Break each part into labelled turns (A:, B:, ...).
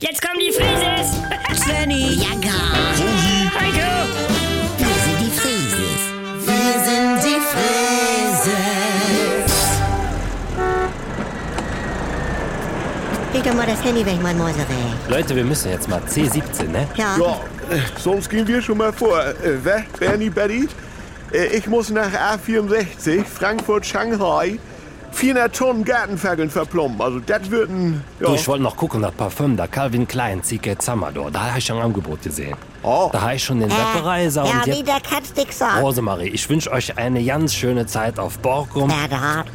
A: Jetzt kommen die Frises!
B: Svenny,
C: Ja, gar.
A: Heiko!
C: Wir sind die Frieses. Wir sind die Frieses.
B: leg doch mal das Handy weg, mein Mäuserei.
D: Leute, wir müssen jetzt mal C17, ne?
B: Ja,
E: Ja, äh, sonst gehen wir schon mal vor. Äh, wer, Bernie Berry? Äh, ich muss nach A64, Frankfurt, Shanghai, 400 Tonnen Gartenfackeln verplomben. Also, das wird ein. Ja.
D: Du, ich wollte noch gucken nach Parfüm, da Calvin Klein, Zike Zamador. Da habe ich schon ein Angebot gesehen.
E: Oh.
D: Da habe ich schon den Webbereiser
B: Ah. ja,
D: und
B: wie
D: jetzt
B: der Katzdick sagt.
D: Rosemarie. Ich wünsche euch eine ganz schöne Zeit auf Borkum.
B: Bernhard.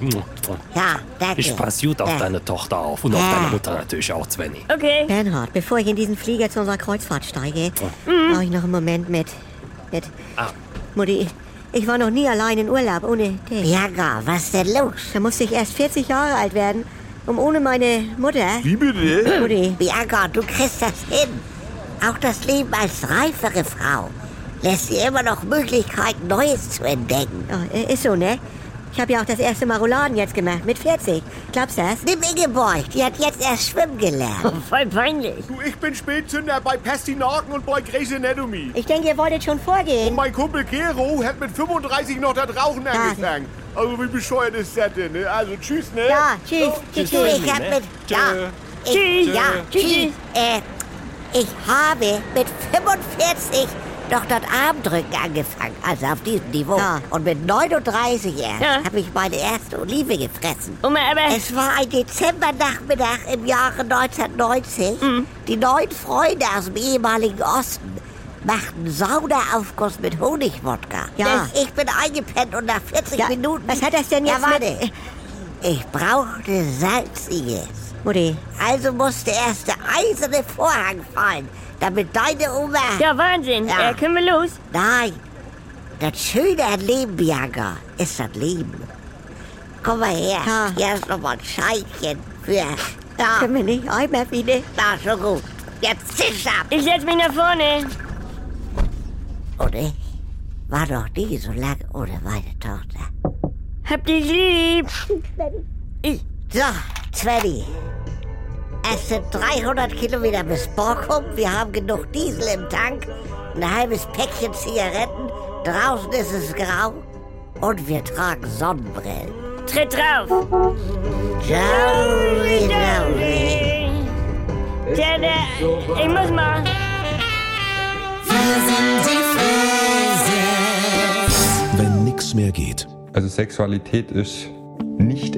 B: Ja, danke.
D: Ich passe gut auf
B: Ja.
D: deine Tochter auf und auf
B: Ja.
D: deine Mutter natürlich auch, Svenny.
A: Okay.
B: Bernhard, bevor ich in diesen Flieger zu unserer Kreuzfahrt steige, brauche ich noch einen Moment mit. mit.
D: Ah.
B: Mutti, ich war noch nie allein in Urlaub ohne dich.
C: Ja, gar. Was ist denn los?
B: Da musste ich erst 40 Jahre alt werden, um ohne meine Mutter,
E: Wie bitte?
B: Mutti,
C: Bianca, du kriegst das hin. Auch das Leben als reifere Frau lässt dir immer noch Möglichkeiten, Neues zu entdecken.
B: Ja, äh, ist so, ne? Ich habe ja auch das erste Mal Rouladen jetzt gemacht, mit 40. Glaubst du das?
C: Nimm Ingeborg, die hat jetzt erst schwimmen gelernt.
A: Voll peinlich.
E: Du, ich bin Spätzünder bei Pestinaken und bei Grey's Anatomy.
B: Ich denke, ihr wolltet schon
E: Und
B: vorgehen.
E: mein Kumpel Gero hat mit 35 noch das Rauchen angefangen. Also, wie bescheuert ist das denn? Ne? Also, tschüss, ne?
B: Ja, tschüss, tschüss,
C: Du,
B: tschüss.
C: ich hab mit...
D: Tschö.
C: Ja, ich,
A: Tschüss.
C: ja,
A: Tschüss.
C: tschüss. Äh, ich habe mit 45 noch das Armdrücken angefangen, also auf diesem Niveau.
B: Ja.
C: Und mit 39 erst
A: Ja.
C: habe ich meine erste Olive gefressen.
A: Oma, aber
C: Es war ein Dezembernachmittag im Jahre 1990.
B: Mhm.
C: Die neun Freunde aus dem ehemaligen Osten machten Saunaaufguss mit Honigwodka.
B: Ja.
C: Ich bin eingepennt und nach 40
B: Ja,
C: Minuten...
B: was hat das denn jetzt
C: ja, warte.
B: mit-
C: Ich brauchte Salziges.
B: Mutti,
C: Also musste erst der eiserne Vorhang fallen, damit deine Oma...
A: ja, Wahnsinn.
C: Ja.
A: Äh, können wir los?
C: Nein, das Schöne an Leben, Bianca, ist das Leben. Komm mal her,
B: Ja.
C: hier ist nochmal ein Scheinchen für... Ja,
B: können wir nicht einmal wieder?
C: na, schon gut. Jetzt zisch ab.
A: Ich setz mich nach vorne.
C: Und ich war noch nie so lange ohne meine Tochter.
A: Hab dich lieb. Ich.
C: So, Svenny. Es sind 300 Kilometer bis Borkum. Wir haben genug Diesel im Tank, ein halbes Päckchen Zigaretten. Draußen ist es grau. Und wir tragen Sonnenbrillen.
A: Tritt drauf.
C: Jolly, jolly.
A: Ja, der, ich muss mal.
F: Wenn nix mehr geht.
G: Also Sexualität ist nicht